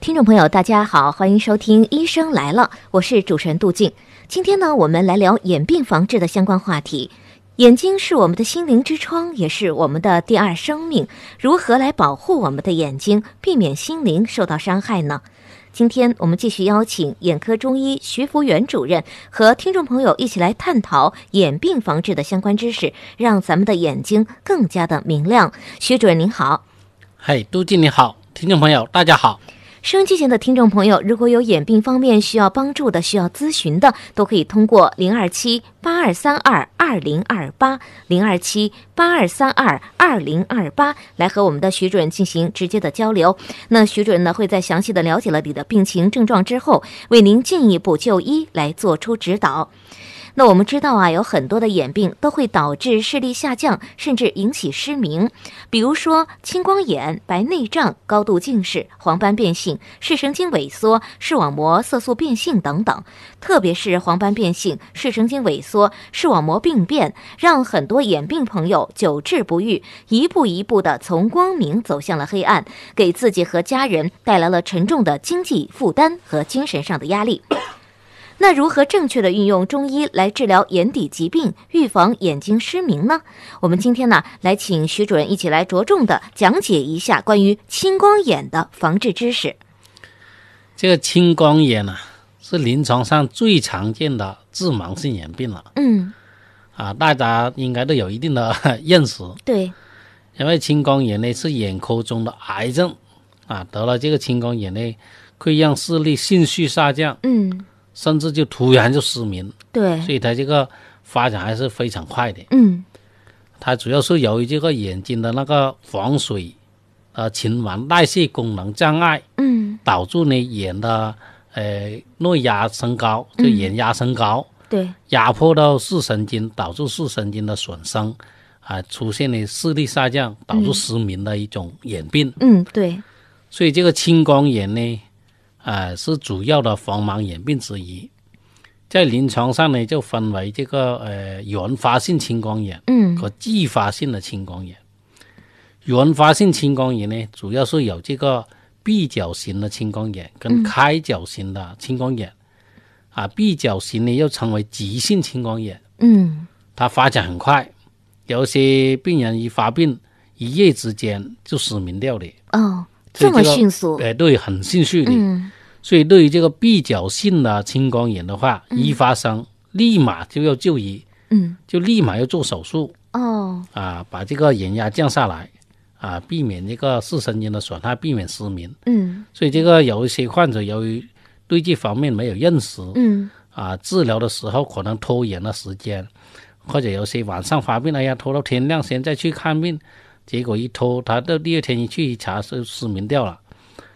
听众朋友，大家好，欢迎收听《医生来了》，我是主持人杜静。今天呢，我们来聊眼病防治的相关话题。眼睛是我们的心灵之窗，也是我们的第二生命。如何来保护我们的眼睛，避免心灵受到伤害呢？今天我们继续邀请眼科中医徐福元主任和听众朋友一起来探讨眼病防治的相关知识，让咱们的眼睛更加的明亮。徐主任您好。嗨，杜静你好，听众朋友大家好。收音机前的听众朋友，如果有眼病方面需要帮助的、需要咨询的，都可以通过零二七八二三二二零二八零二七八二三二二零二八来和我们的徐主任进行直接的交流。那徐主任呢，会在详细的了解了你的病情症状之后，为您进一步就医来做出指导。那我们知道啊，有很多的眼病都会导致视力下降，甚至引起失明，比如说青光眼、白内障、高度近视、黄斑变性、视神经萎缩、视网膜色素变性等等。特别是黄斑变性、视神经萎缩、视网膜病变，让很多眼病朋友久治不愈，一步一步的从光明走向了黑暗，给自己和家人带来了沉重的经济负担和精神上的压力。那如何正确的运用中医来治疗眼底疾病、预防眼睛失明呢？我们今天呢，来请徐主任一起来着重的讲解一下关于青光眼的防治知识。这个青光眼啊，是临床上最常见的致盲性眼病了嗯，啊，大家应该都有一定的认识，对，因为青光眼呢是眼科中的癌症啊，得了这个青光眼呢，可以让视力迅速下降，嗯，甚至就突然就失明，对，所以它这个发展还是非常快的。嗯，它主要是由于这个眼睛的那个防水呃循环代谢功能障碍。嗯，导致呢眼的呃内压升高，就眼压升高，对，压迫到视神经，导致视神经的损伤，啊、出现了视力下降，导致失明的一种眼病。嗯，对，所以这个青光眼呢，啊、是主要的防盲眼病之一。在临床上呢，就分为这个呃原发性青光眼嗯，和继发性的青光眼。原发性青光眼呢，主要是有这个闭角型的青光眼嗯跟开角型的青光眼，啊，闭角型呢又称为急性青光眼，嗯，它发展很快，有些病人一发病，一夜之间就失明掉了，哦，这所以么个迅速，哎，对，很迅速的。嗯，所以对于这个闭角性的青光眼的话，一发生立马就要就医，嗯，就立马要做手术，哦，啊，把这个眼压降下来，啊，避免这个视神经的损害，避免失明。嗯，所以这个有一些患者由于对这方面没有认识，嗯，啊，治疗的时候可能拖延了时间，或者有些晚上发病，哎呀，拖到天亮先再去看病，结果一拖，他到第二天一去一查是失明掉了。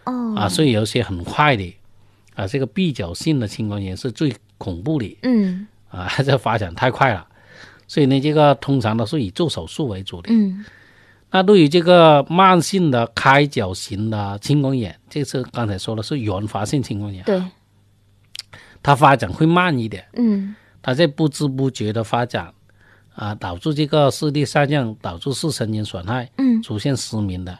哦，啊，所以有些很快的，啊，这个闭角性的青光眼是最恐怖的嗯，啊， 这发展太快了，所以呢，这个通常都是以做手术为主的。嗯，那对于这个慢性的开角型的青光眼，这是刚才说的是原发性青光眼，对，它发展会慢一点，嗯，它在不知不觉的发展，啊，导致这个视力下降，导致视神经损害，嗯，出现失明的，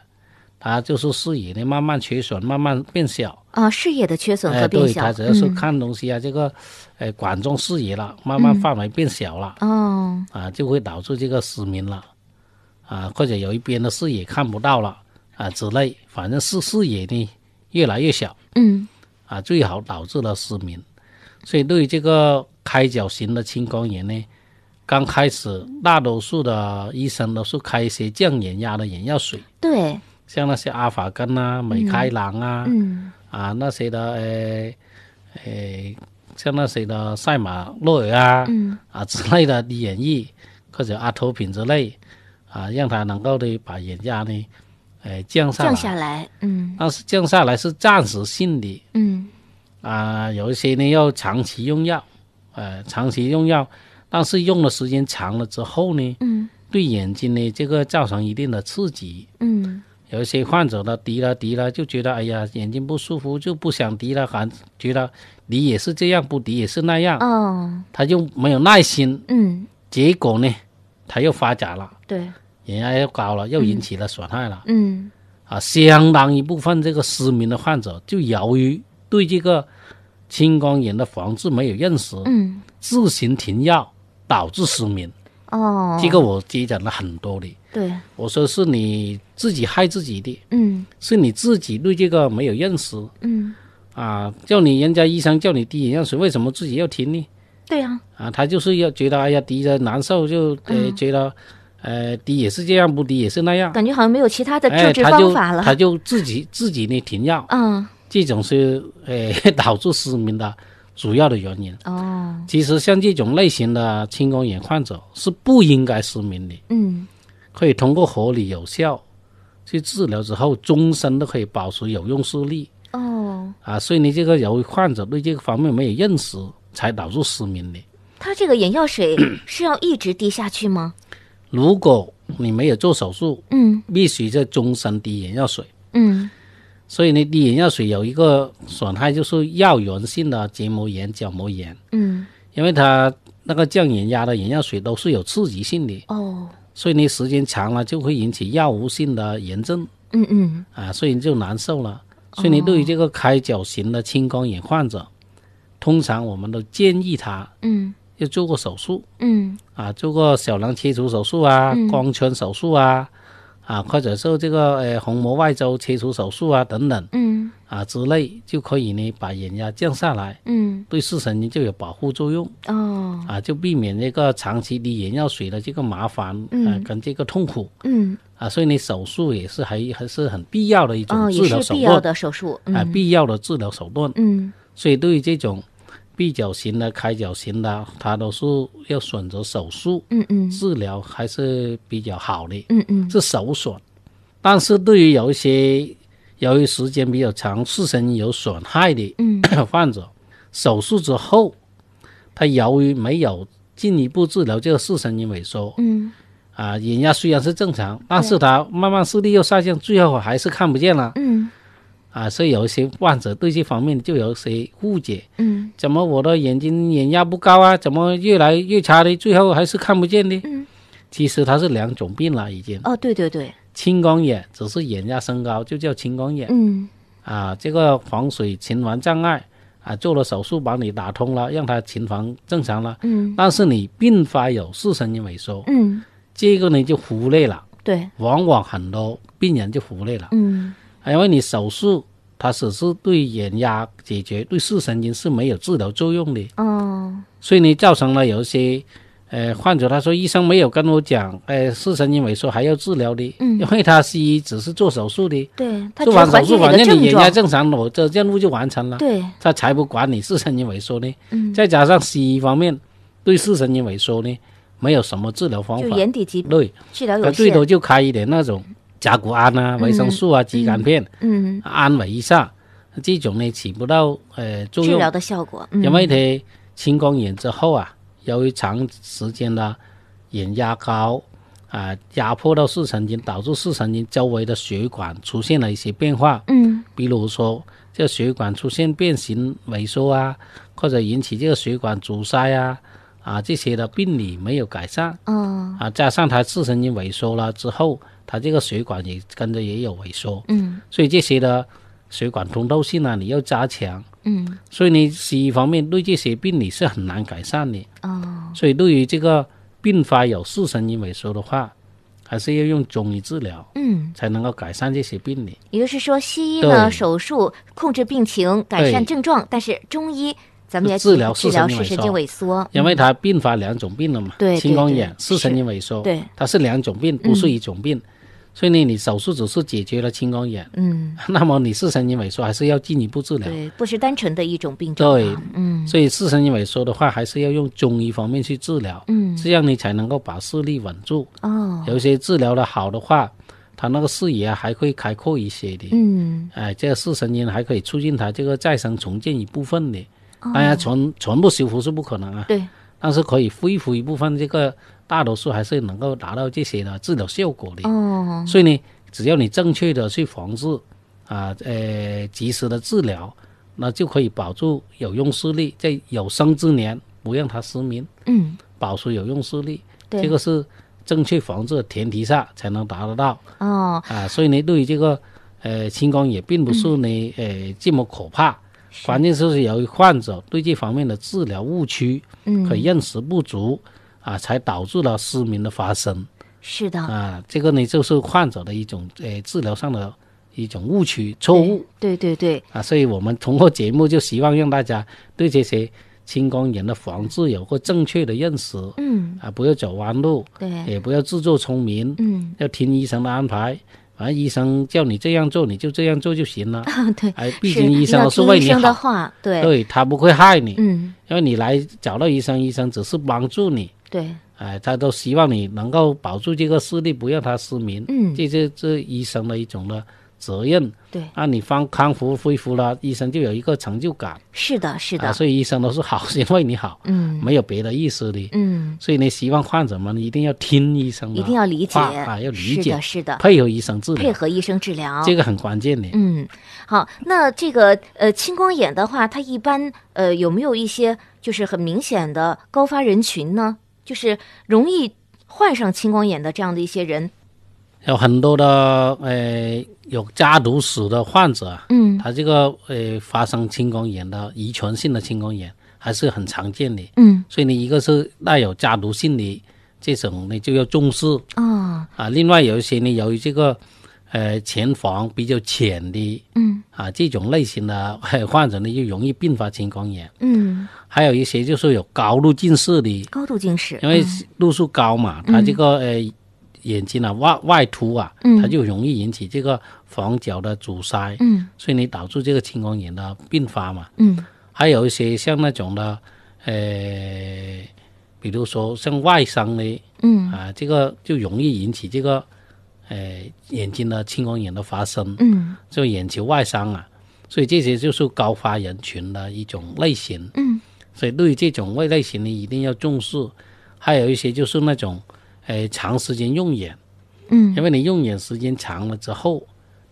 它就是视野呢慢慢缺损，慢慢变小。啊，视野的缺损哎，和变对，小嗯他，只要是看东西啊，这个，呃，管中视野了，慢慢范围变小了，哦，啊，就会导致这个失明了，啊，或者有一边的视野看不到了，啊之类，反正视视野呢越来越小，嗯，啊，最好导致了失明。所以对于这个开角型的青光眼呢，刚开始大多数的医生都是开一些降眼压的眼药水，对，像那些阿法根啊、美开朗啊，嗯，啊那些的呃呃，像那些的赛马洛尔啊、嗯啊之类的滴啊眼液或者阿托品之类啊，让他能够的把眼压呢哎降下来，降下来，嗯但是降下来是暂时性的嗯啊、有一些呢要长期用药，呃，长期用药，但是用的时间长了之后呢，嗯对眼睛呢这个造成一定的刺激。嗯有一些患者呢，滴了滴了，就觉得哎呀眼睛不舒服，就不想滴了，还觉得你也是这样，不滴也是那样，哦他就没有耐心，嗯，结果呢，他又发假了，对，眼压又高了，又引起了损害了、嗯啊！相当一部分这个失明的患者，就由于对这个青光眼的防治没有认识，嗯自行停药，导致失明。哦，这个我接诊了很多的，对，我说是你自己害自己的，嗯是你自己对这个没有认识。嗯，啊，叫你人家医生叫你滴眼药水，为什么自己要停呢？对呀，啊，他就是要觉得哎呀滴着难受，就嗯呃觉得，呃滴也是这样，不滴也是那样，感觉好像没有其他的哎，救治他就方法了，他就自己自己呢停药，嗯这种是呃 导致失明的主要的原因。哦其实像这种类型的青光眼患者是不应该失明的，嗯可以通过合理有效去治疗之后，终身都可以保持有用视力。哦，啊，所以呢，这个由于患者对这个方面没有认识，才导致失明的。它这个眼药水是要一直滴下去吗？如果你没有做手术，嗯必须在终身滴眼药水。嗯所以呢，滴眼药水有一个损害就是药源性的结膜炎、角膜炎，嗯因为它那个降眼压的眼药水都是有刺激性的，哦所以呢，时间长了就会引起药物性的炎症嗯嗯啊，所以你就难受了。所以呢，对于这个开角型的青光眼患者，通常我们都建议他嗯要做过手术。嗯啊，做过小囊切除手术啊，光圈手术啊，啊，或者是这个呃虹膜外周切除手术啊等等嗯啊之类，就可以呢把眼压降下来，嗯对视神经就有保护作用哦啊，就避免这个长期滴眼药水的这个麻烦啊跟这个痛苦嗯啊，所以呢手术也是还还是很必要的一哦种治也疗是手必要段的手术，啊，嗯必要的治疗手段。嗯所以对于这种闭角型的、开角型的，它都是要选择手术。嗯嗯治疗还是比较好的，嗯嗯是首选。但是对于有一些由于时间比较长、视神有损害的嗯 患者，手术之后，他由于没有进一步治疗这个视神经萎缩嗯啊，眼压虽然是正常，但是他慢慢视力又下降，最后还是看不见了嗯啊。所以有一些患者对这方面就有些误解，嗯怎么我的眼睛眼压不高啊？怎么越来越差的，最后还是看不见的？嗯其实它是两种病了，已经。哦对对对，青光眼只是眼压升高，就叫青光眼嗯啊。这个防水循环障碍啊，做了手术把你打通了，让它循环正常了。嗯但是你并发有视神经萎缩，嗯这个呢就忽略了，对，往往很多病人就忽略了，嗯因为你手术它只是对眼压解决，对视神经是没有治疗作用的。哦所以呢，造成了有一些，呃，患者他说医生没有跟我讲，呃，视神经萎缩还要治疗的，嗯因为他西医只是做手术的，对，它只做是完缓手解术你反的正你症眼压状，正常，我这任务就完成了，对，他才不管你视神经萎缩呢。嗯再加上西医方面对视神经萎缩呢，没有什么治疗方就法，眼底疾对，治疗他有最限，多就开一点那种甲钴胺啊、维生素啊、肌酐片、嗯，安慰一下，这种呢起不到呃作治用疗。的效果，嗯因为它青光眼之后啊，由于长时间的眼压高啊，压迫到视神经，导致视神经周围的血管出现了一些变化，嗯比如说这血管出现变形萎缩啊，或者引起这个血管阻塞啊，啊这些的病理没有改善哦啊，加上它视神经萎缩了之后，它这个血管也跟着也有萎缩，嗯所以这些的血管通透性啊，你要加强。嗯所以呢，西医方面对这些病理是很难改善的。哦所以对于这个并发有视神经萎缩的话，还是要用中医治疗嗯，才能够改善这些病理。也就是说西医呢对手术控制病情改善对症状，但是中医咱们要治疗治疗视视神神经萎缩经萎缩，因为它并发两种病了嘛，嗯对对青光眼对、视神经萎缩，对，它是两种病，不是一种病。所以呢，你手术只是解决了青光眼， 嗯那么你视神经萎缩还是要进一步治疗。对，不是单纯的一种病症对啊，，嗯所以视神经萎缩的话，还是要用中医方面去治疗，嗯这样你才能够把视力稳住。哦有一些治疗的好的话，他那个视野还会开阔一些的。嗯，哎，这个视神经还可以促进他这个再生重建一部分的。哦当然全全部修复是不可能啊，对，但是可以恢复一部分，这个大多数还是能够达到这些的治疗效果的。哦，所以呢，只要你正确的去防治，啊，呃，及时的治疗，那就可以保住有用视力，在有生之年不让它失明，嗯，保持有用视力，对，这个是正确防治的前提下才能达得到哦，啊。所以呢，对于这个呃青光眼，并不是嗯呢、呃这么可怕，关键就是由于患者对这方面的治疗误区嗯和，认识不足。啊，才导致了失明的发生。是的，啊，这个呢就是患者的一种呃治疗上的一种误区、错误对对对，啊，所以我们通过节目就希望让大家对这些青光眼的防治有个正确的认识嗯，啊，不要走弯路，对，也不要自作聪明，嗯，。要听医生的安排，反正医生叫你这样做你就这样做就行了对，哎，毕是竟医生要是听为医你生的好，话，对，对他不会害你，嗯，因为你来找到医生，医生只是帮助你。对，哎，他都希望你能够保住这个视力，不让他失明。嗯这这这医生的一种的责任。对，啊，你方康复恢复了，医生就有一个成就感。是的，是啊，的，所以医生都是好心为你好，嗯没有别的意思的。嗯，所以呢，希望患者们一定要听医生的一定要理解话啊，要理是解的，，是的，配合医生治配疗，合医生治疗，这个很关键的。嗯，好，那这个呃青光眼的话，它一般呃有没有一些就是很明显的高发人群呢？就是容易患上青光眼的这样的一些人，有很多的呃有家族史的患者啊，嗯他这个呃发生青光眼的遗传性的青光眼还是很常见的。嗯所以呢，一个是带有家族性的这种呢就要重视哦啊，另外有一些呢，由于这个呃前房比较浅的嗯啊这种类型的、呃患者呢，就容易并发青光眼，嗯，还有一些就是有高度近视的，高度近视，因为度数高嘛，嗯它这个呃眼睛啊外外凸啊，它就容易引起这个房角的阻塞，嗯所以呢导致这个青光眼的并发嘛。嗯还有一些像那种的，呃，比如说像外伤呢，嗯啊，这个就容易引起这个，呃，眼睛的青光眼的发生，嗯就眼球外伤啊，所以这些就是高发人群的一种类型，嗯所以对于这种类类型呢，一定要重视。还有一些就是那种，呃，长时间用眼，嗯因为你用眼时间长了之后，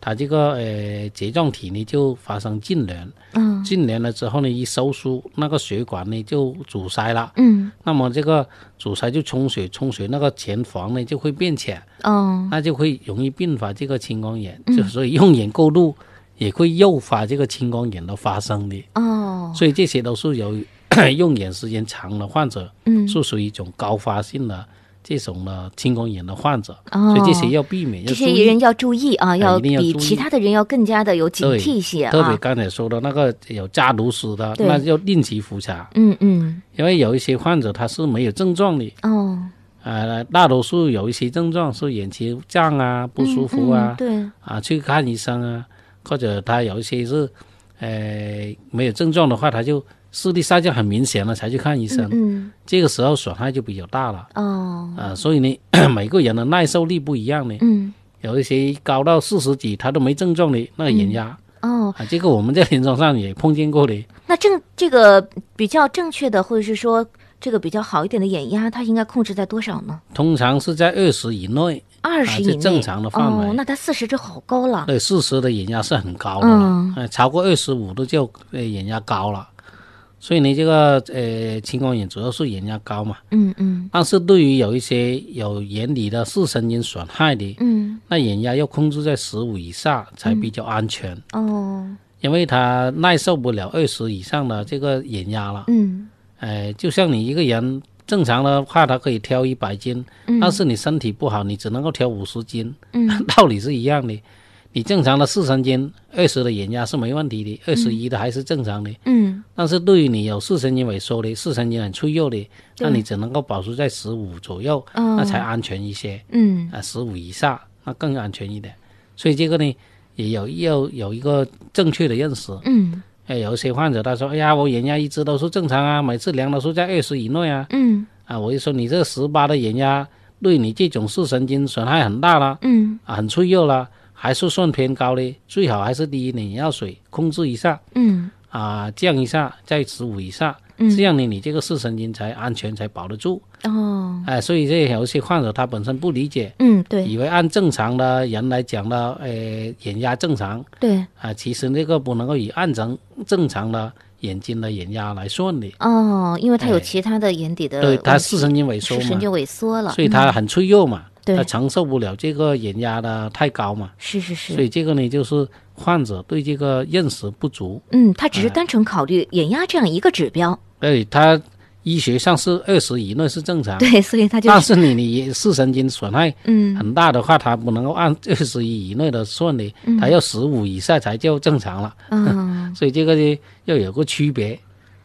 它这个呃睫状体呢就发生痉挛，嗯痉挛了之后呢，一收缩，那个血管呢就阻塞了。嗯那么这个阻塞就充血，充血那个前房呢就会变浅，哦那就会容易并发这个青光眼。嗯就所以用眼过度也会诱发这个青光眼的发生的。哦所以这些都是由 用眼时间长的患者，嗯是属于一种高发性的这种的青光眼的患者。哦所以这些要避免，要这注些意。人要注意啊，一定要比注其意他的人要更加的有警对惕一些特别啊，刚才说的那个有家族史的，对那要另起复查，嗯嗯因为有一些患者他是没有症状的，哦，呃，大多数有一些症状是眼球胀啊、不舒服嗯嗯啊，对，啊，去看医生啊，或者他有一些是，呃，没有症状的话，他就视力下降很明显了才去看医生，嗯这个时候损害就比较大了哦，啊。所以呢， 每个人的耐受力不一样呢，嗯有一些高到四十几他都没症状的那个眼压、哦，啊，这个我们在临床上也碰见过的。那正这个比较正确的，或者是说这个比较好一点的眼压，它应该控制在多少呢？通常是在二十以内，二十以内、是啊正常的范围哦，那它四十就好高了。对四十的眼压是很高的了，呃超过二十五度就呃眼压高了。所以呢，这个呃青光眼主要是眼压高嘛，嗯嗯但是对于有一些有眼底的视神经损害的，嗯，那眼压要控制在十五以下才比较安全，哦，因为它耐受不了二十以上的这个眼压了。嗯呃，就像你一个人正常的话，他可以挑一百斤，嗯但是你身体不好，你只能够挑五十斤， 道理是一样的。你正常的四十斤，二十的眼压是没问题的，二十一的还是正常的。嗯但是对于你有视神经萎缩的、视神经很脆弱的，对那你只能够保持在十五左右，哦那才安全一些。嗯啊，十五以下那更安全一点。所以这个呢，也有要有一个正确的认识。嗯哎，有一些患者他说：“哎呀，我眼压一直都是正常啊，每次量都是在二十以内啊。嗯”啊，我就说你这十八的眼压，对你这种视神经损害很大啦，嗯啊，很脆弱啦，还是算偏高嘞。最好还是第一，你要水控制一下嗯啊，降一下，在十五以下，这样呢，你这个视神经才安全，才保得住。哦，哎，所以这有一些患者他本身不理解，嗯对以为按正常的人来讲呢，呃，眼压正常对啊，其实那个不能够以按正正常的眼睛的眼压来算的，哦，因为它有哎其他的眼底的对，他问视题神经萎缩呃视神经嘛，萎缩了，嗯所以他很脆弱嘛，对他承受不了这个眼压的太高嘛，是是是所，以这个呢就是患者对这个认识不足，嗯，他哎只是单纯考虑眼压这样一个指标，对哎他医学上是二十以内是正常，对，所以他就 但是是你你视神经损害 嗯很大的话，它不能够按二十一以内的算的，它要十五以下才叫正常了。嗯，所以这个呢要有个区别，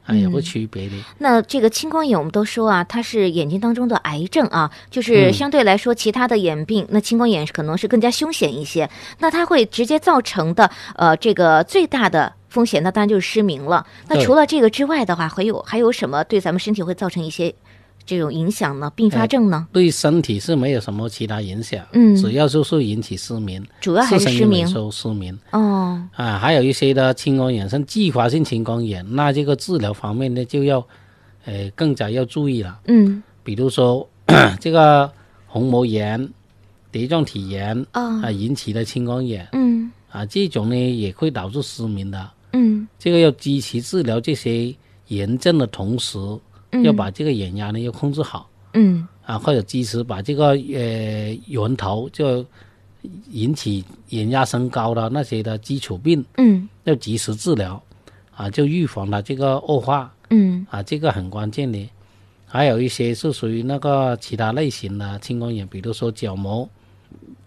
啊，有个区别的。那这个青光眼我们都说啊，它是眼睛当中的癌症啊，嗯就是相对来说其他的眼病，那青光眼可能是更加凶险一些，那它会直接造成的呃这个最大的。风险那当然就是失明了。那对除了这个之外的话，还有还有什么对咱们身体会造成一些这种影响呢？并哎发症呢？对身体是没有什么其他影响，嗯只要就是引起失明，主要还是视神失经明萎。缩失明哦，啊，还有一些的青光眼，像继发性青光眼，那这个治疗方面呢就要，呃，更加要注意了。嗯，比如说 这个虹膜炎、碟状体炎啊、啊引起的青光眼嗯啊，这种呢也会导致失明的。嗯这个要积极治疗这些炎症的同时，嗯，要把这个眼压呢要控制好嗯啊，或者及时把这个呃源头就引起眼压升高的那些的基础病嗯要及时治疗啊，就预防它这个恶化嗯啊，这个很关键的。还有一些是属于那个其他类型的青光眼，比如说角膜、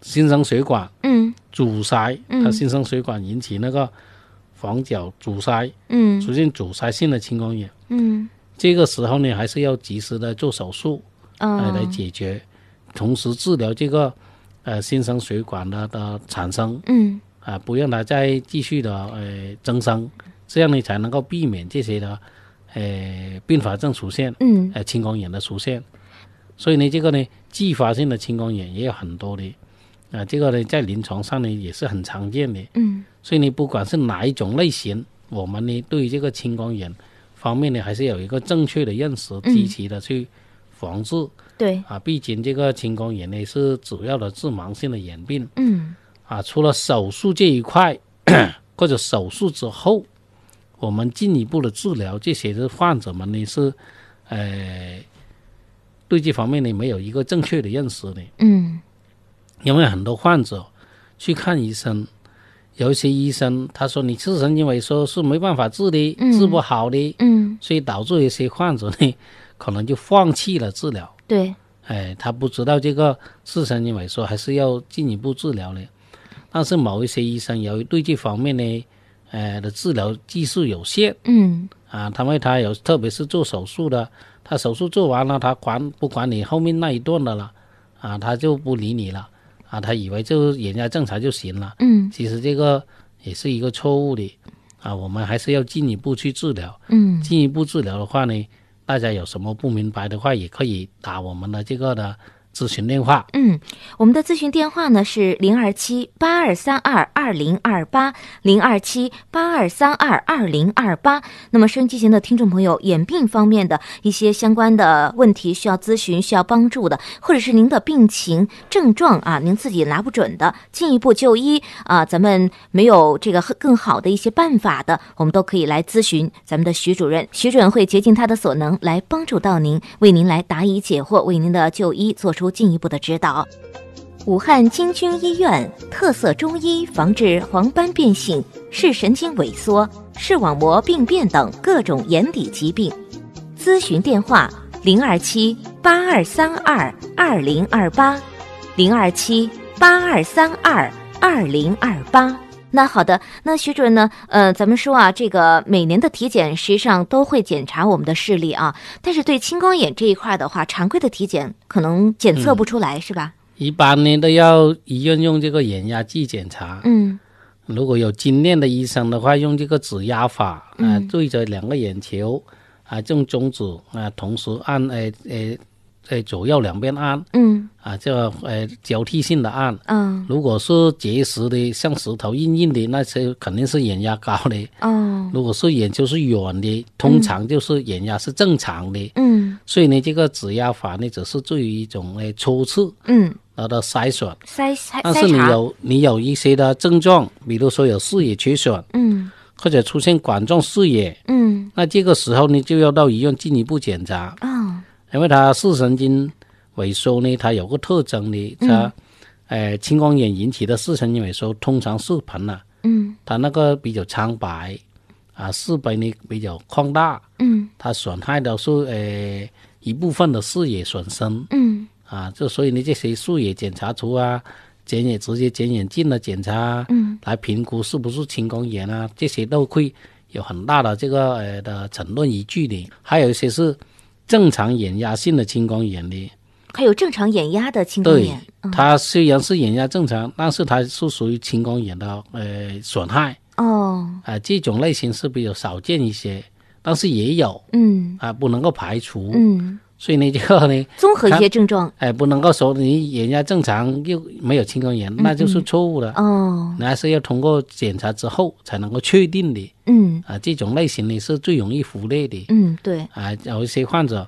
新生血管嗯阻塞，嗯它新生血管引起那个房角阻塞，嗯出现阻塞性的青光眼。嗯这个时候呢，还是要及时的做手术来来哦，解决，同时治疗这个呃新生血管的的产生嗯啊、不让它再继续的呃增生，这样呢才能够避免这些的呃并发症出现，嗯呃青光眼的出现。所以呢，这个呢继发性的青光眼也有很多的，啊、这个呢在临床上呢也是很常见的。嗯所以呢，不管是哪一种类型，我们呢对于这个青光眼方面呢，还是有一个正确的认识，嗯积极的去防治、对，啊。毕竟这个青光眼呢是主要的致盲性的眼病嗯啊。除了手术这一块， 或者手术之后，我们进一步的治疗这些的患者们呢是，呃，对这方面呢没有一个正确的认识的。嗯因为很多患者去看医生，有一些医生他说你视神经萎缩是没办法治的，嗯治不好的，嗯所以导致一些患者呢 可能就放弃了治疗。对，哎，他不知道这个视神经萎缩还是要进一步治疗的。但是某一些医生由于对这方面呢，呃的治疗技术有限嗯啊，他为他有特别是做手术的，他手术做完了，他管不管你后面那一段的了啊，他就不理你了啊，他以为就人家正常就行了。嗯其实这个也是一个错误的啊，我们还是要进一步去治疗。嗯进一步治疗的话呢，大家有什么不明白的话，也可以打我们的这个的咨询电话。嗯，我们的咨询电话呢是零二七八二三二二零二八零二七八二三二二零二八。那么收音机前的听众朋友，眼病方面的一些相关的问题需要咨询、需要帮助的，或者是您的病情症状啊，您自己拿不准的，进一步就医啊，咱们没有这个更好的一些办法的，我们都可以来咨询咱们的徐主任，徐主任会竭尽他的所能来帮助到您，为您来答疑解惑，为您的就医做出进一步的指导。武汉金军医院特色中医防治黄斑变性、视神经萎缩、视网膜病变等各种眼底疾病。咨询电话：零二七八二三二二零二八，零二七八二三二二零二八。那好的，那徐主任呢？呃，咱们说啊，这个每年的体检实际上都会检查我们的视力啊，但是对青光眼这一块的话，常规的体检可能检测不出来，是吧？一般呢都要医院用这个眼压计检查，嗯如果有经验的医生的话，用这个指压法啊、嗯对着两个眼球啊、用中指啊、同时按呃呃在左右两边按嗯啊，叫呃交替性的按。嗯如果是结实的，像石头硬硬的，那些肯定是眼压高的；哦如果是眼球是软的，通常就是眼压是正常的。嗯所以呢，这个指压法呢，只是对于一种诶初次嗯，它的筛选。筛筛但是你筛查，有你有一些的症状，比如说有视野缺损，嗯或者出现管状视野，嗯那这个时候呢就要到医院进一步检查，哦因为它视神经萎缩呢，它有个特征呢，它，呃，青光眼引起的视神经萎缩通常视盆啊，嗯它那个比较苍白，啊，视杯呢比较扩大，嗯它损害的是呃一部分的视野损伤嗯啊，就所以呢这些视野检查图啊，检也直接检眼镜的检查啊，嗯来评估是不是青光眼啊，这些都会有很大的这个呃的诊断依据的。还有一些是正常眼压性的青光眼的，还有正常眼压的青光对眼，，嗯它虽然是眼压正常，但是它是属于青光眼的呃损害哦啊、这种类型是比较少见一些，但是也有嗯啊、不能够排除。嗯，所以呢，这个呢，综合一些症状哎、不能够说你眼压正常又没有青光眼，那就是错误的。嗯哦你还是要通过检查之后才能够确定的。嗯啊，这种类型呢是最容易忽略的嗯对啊。有一些患者，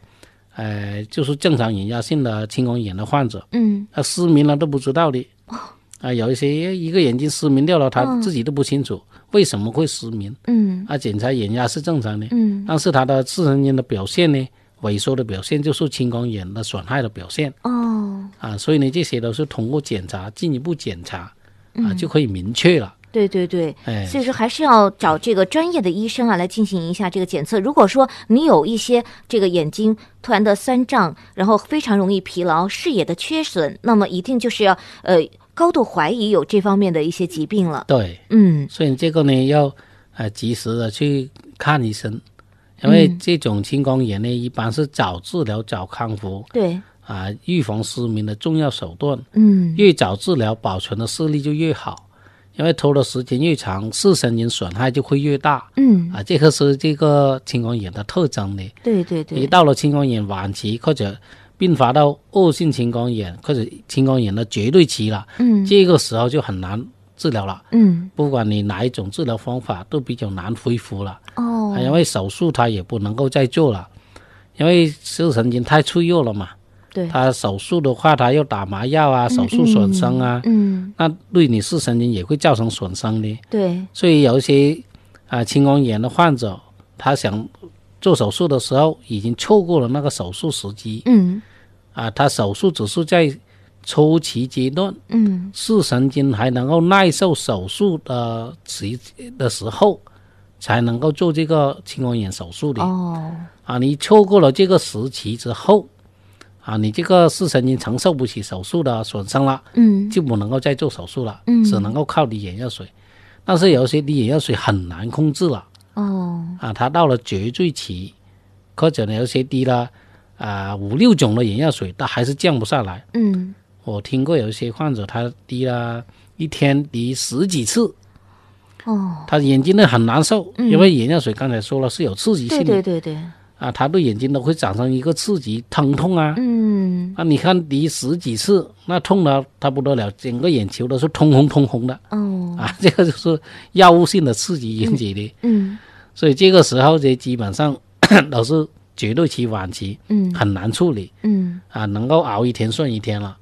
呃，就是正常眼压性的青光眼的患者，嗯他失明了都不知道的。哦啊，有一些一个眼睛失明掉了，他自己都不清楚为什么会失明。嗯啊，检查眼压是正常的，嗯但是他的视神经的表现呢，萎缩的表现就是青光眼的损害的表现哦啊。所以呢，这些都是通过检查进一步检查啊，就可以明确了。对对对，哎，所以说还是要找这个专业的医生啊来进行一下这个检测。如果说你有一些这个眼睛突然的酸胀，然后非常容易疲劳、视野的缺损，那么一定就是要呃高度怀疑有这方面的一些疾病了。对。嗯所以这个呢，要呃及时的去看医生，因为这种青光眼呢，一般是早治疗早康复，对，啊、预防失明的重要手段。嗯越早治疗，保存的视力就越好，因为拖的时间越长，视神经损害就会越大。嗯，啊，这个是这个青光眼的特征呢。对对一对，到了青光眼晚期或者并发到恶性青光眼或者青光眼的绝对期了，嗯这个时候就很难治疗了。嗯不管你哪一种治疗方法都比较难恢复了，啊哦因为手术它也不能够再做了，因为视神经太脆弱了嘛。对，它手术的话，它要打麻药啊，手术损伤啊，嗯那对你视神经也会造成损伤的。对，所以有一些啊、青光眼的患者，他想做手术的时候已经错过了那个手术时机嗯啊、他手术只是在初期阶段，嗯视神经还能够耐受手术的时的时候，才能够做这个青光眼手术的、哦啊。你错过了这个时期之后，啊，你这个视神经承受不起手术的损伤了，嗯就不能够再做手术了，嗯只能够靠滴眼药水。但是有些滴眼药水很难控制了哦啊，它到了绝对期，或者呢有些滴了啊五六种的眼药水，它还是降不下来。嗯我听过有一些患者他滴了一天滴十几次，哦，他眼睛呢很难受，因为眼药水刚才说了是有刺激对性的嗯对对对，啊，他对眼睛都会产生一个刺激疼痛啊。嗯那、你看滴十几次，那痛的他不得了，整个眼球都是通红通红的哦啊，这个就是药物性的刺激引起的。嗯所以这个时候这基本上都是绝对期晚期，嗯很难处理。嗯啊，能够熬一天算一天了，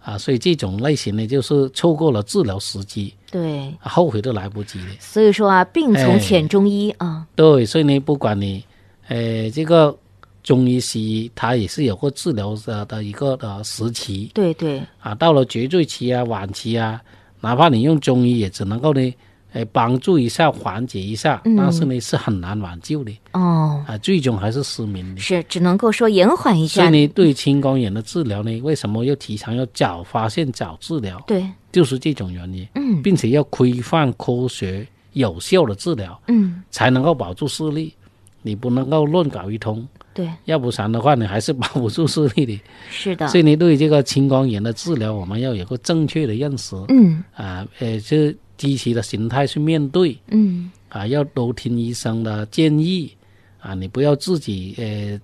啊，所以这种类型呢，就是错过了治疗时机，对。啊后悔都来不及的。所以说啊，病从哎浅中医啊，对，所以呢，不管你，呃，这个中医西医，它也是有个治疗的的一个的时期对对，啊，到了绝对期啊、晚期啊，哪怕你用中医，也只能够呢。呃，帮助一下，缓解一下，嗯但是呢是很难挽救的哦，啊，最终还是失明的。是啊只能够说延缓一所以下，呢，对青光眼的治疗呢，为什么要提倡要早发现、早治疗？对，就是这种原因，嗯并且要规范、科学、有效的治疗，嗯，才能够保住视力。你不能够乱搞一通，对，要不然的话，你还是保不住视力的。是的，所以呢，对于这个青光眼的治疗，我们要有个正确的认识嗯啊，呃，就是积极的心态去面对嗯啊，要多听医生的建议啊，你不要自己呃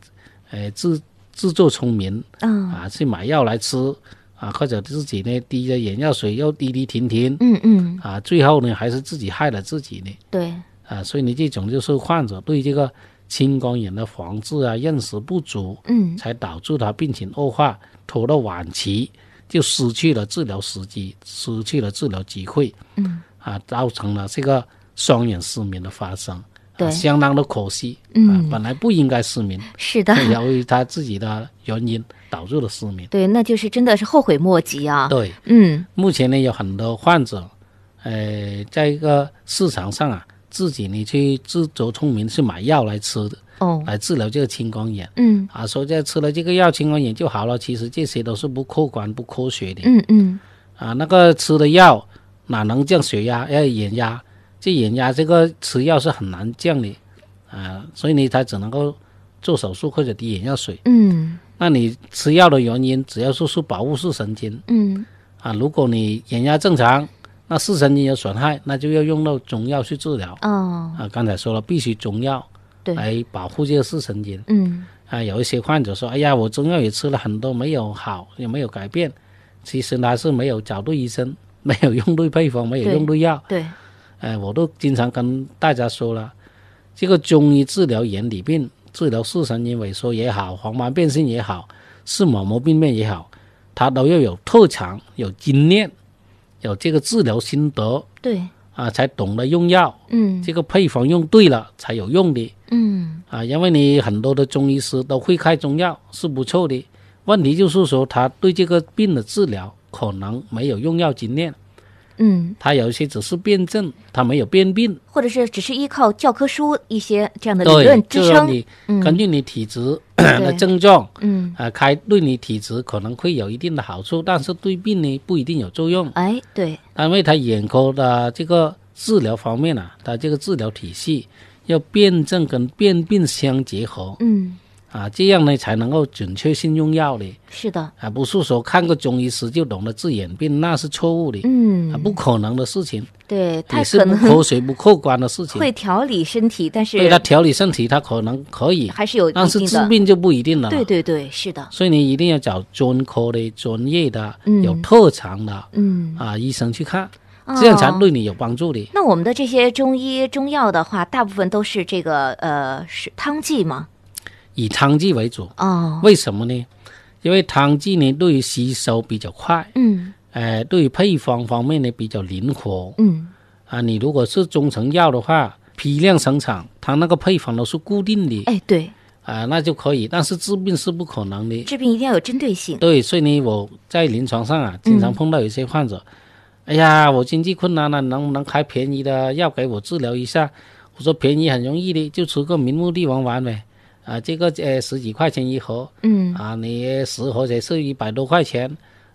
呃自自作聪明嗯啊，去买药来吃啊，或者自己呢滴着眼药水又滴滴停停嗯嗯，啊，最后呢还是自己害了自己呢对，啊，所以呢这种就是患者对这个青光眼的防治啊认识不足，嗯才导致他病情恶化，拖到晚期就失去了治疗时机，失去了治疗机会嗯啊，造成了这个双眼失明的发生，对啊、相当的可惜。嗯啊，本来不应该失 明，是的，由于他自己的原因导致了失明。对，那就是真的是后悔莫及啊。对，嗯目前呢有很多患者，呃，在一个市场上啊，自己呢去自作聪明去买药来吃的，哦来治疗这个青光眼。嗯啊，说这吃了这个药青光眼就好了，其实这些都是不客观、不科学的嗯嗯啊。那个吃的药哪能降血压？要眼压，这眼压这个吃药是很难降的啊，所以呢，他只能够做手术或者滴眼药水。嗯那你吃药的原因，只要说是保护视神经嗯啊，如果你眼压正常，那视神经有损害，那就要用到中药去治疗哦啊。刚才说了，必须中药对，来保护这个视神经。嗯啊，有一些患者说：“哎呀，我中药也吃了很多，没有好，也没有改变。”其实他是没有找对医生， 没有用对配方，没有对用对药。对，哎，我都经常跟大家说了，这个中医治疗眼底病、治疗视神经萎缩也好，黄斑变性也好，视网膜病变也好，它都要有特长、有经验、有这个治疗心得对，啊，才懂得用药。嗯这个配方用对了才有用的。嗯啊，因为你很多的中医师都会开中药，是不错的。问题就是说，他对这个病的治疗可能没有用药经验，嗯，他有一些只是辨证，他没有辨病。或者是只是依靠教科书一些这样的理对论，支就是说撑，嗯你根据你体质 的对症状，嗯，啊，开对你体质可能会有一定的好处，但是对病呢不一定有作用。哎，对，因为他眼科的这个治疗方面啊，他这个治疗体系要辩证跟辨病相结合嗯，啊，这样呢才能够准确性用药的。是的，啊，不是说看个中医师就懂得治眼病，那是错误的，嗯啊，，不可能的事情，对，也他是可不能科学、 不客观的事 情。会调理身体，但对是他调理身体，他可能可以，还啊是有一但是定治的，病就不一定了。对，对对，是的，所以你一定要找专科的、专业的、嗯有特长的嗯，啊医生去看，这样才哦对你有帮助的。那我们的这些中医中药的话，大部分都是这个呃是汤剂吗？以汤剂为主，哦，为什么呢？因为汤剂呢，对于吸收比较快，嗯呃，对于配方方面呢比较灵活，嗯啊，你如果是中成药的话，批量生产，它那个配方都是固定的，哎，对，啊，那就可以。但是治病是不可能的。治病一定要有针对性。对，所以呢，我在临床上啊，经常碰到有些患者，哎呀，我经济困难了，能不能开便宜的药给我治疗一下？我说便宜很容易的，就吃个明目地黄丸呗，啊，这个呃十几块钱一盒，嗯啊，你十盒才是一百多块钱，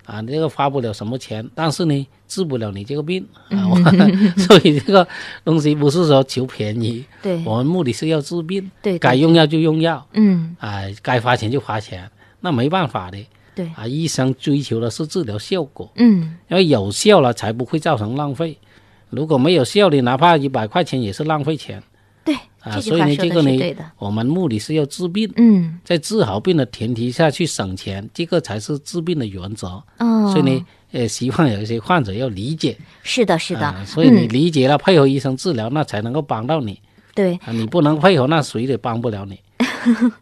啊，你这个花不了什么钱，但是呢，治不了你这个病 啊。我所以这个东西不是说求便宜，对我们目的是要治病，对，该对用药就用药，嗯啊，该花钱就花钱，那没办法的对啊。医生追求的是治疗效果，嗯因为有效了才不会造成浪费。如果没有效的，哪怕一百块钱也是浪费钱对，啊。这句所以话呢，说这的个是呢对的。，我们目的是要治病。嗯在治好病的前提下去省钱，这个才是治病的原则。哦，所以呢，呃，希望有一些患者要理解，是的，是啊的，所以你嗯理解了，配合医生治疗，那才能够帮到你对 啊。你不能配合，那谁也帮不了你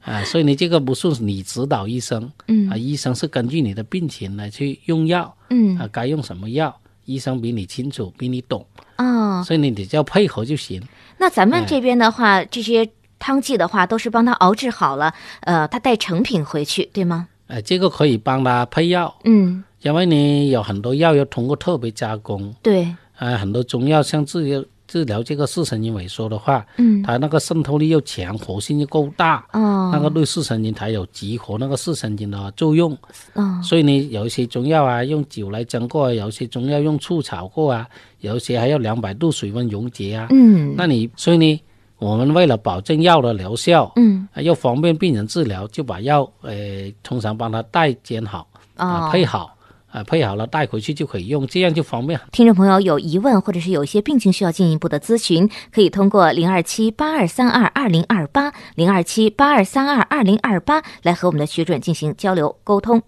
啊。所以你这个不是你指导医生，嗯啊，医生是根据你的病情来去用药嗯啊，该用什么药，医生比你清楚，比你懂，哦，所以你只要配合就行。那咱哎们这边的话，这些汤剂的话都是帮他熬制好了，呃，他带成品回去，对吗？呃，这个可以帮他配药，嗯，因为你有很多药要通过特别加工。对，呃，很多中药像治疗治疗这个视神经萎缩的话，嗯它那个渗透力又强，活性又够大，哦那个对视神经才有激活那个视神经的作用。哦，所以呢，有一些中药啊，用酒来蒸过啊，有一些中药用醋炒过啊，有一些还要两百度水温溶解啊。嗯那你所以呢，我们为了保证药的疗效，嗯啊又方便病人治疗，就把药呃通常帮他代煎好啊、哦，配好啊配好了带回去就可以用，这样就方便。听众朋友有疑问或者是有一些病情需要进一步的咨询，可以通过零二七八二三二二零二八零二七八二三二二零二八来和我们的学准进行交流沟通。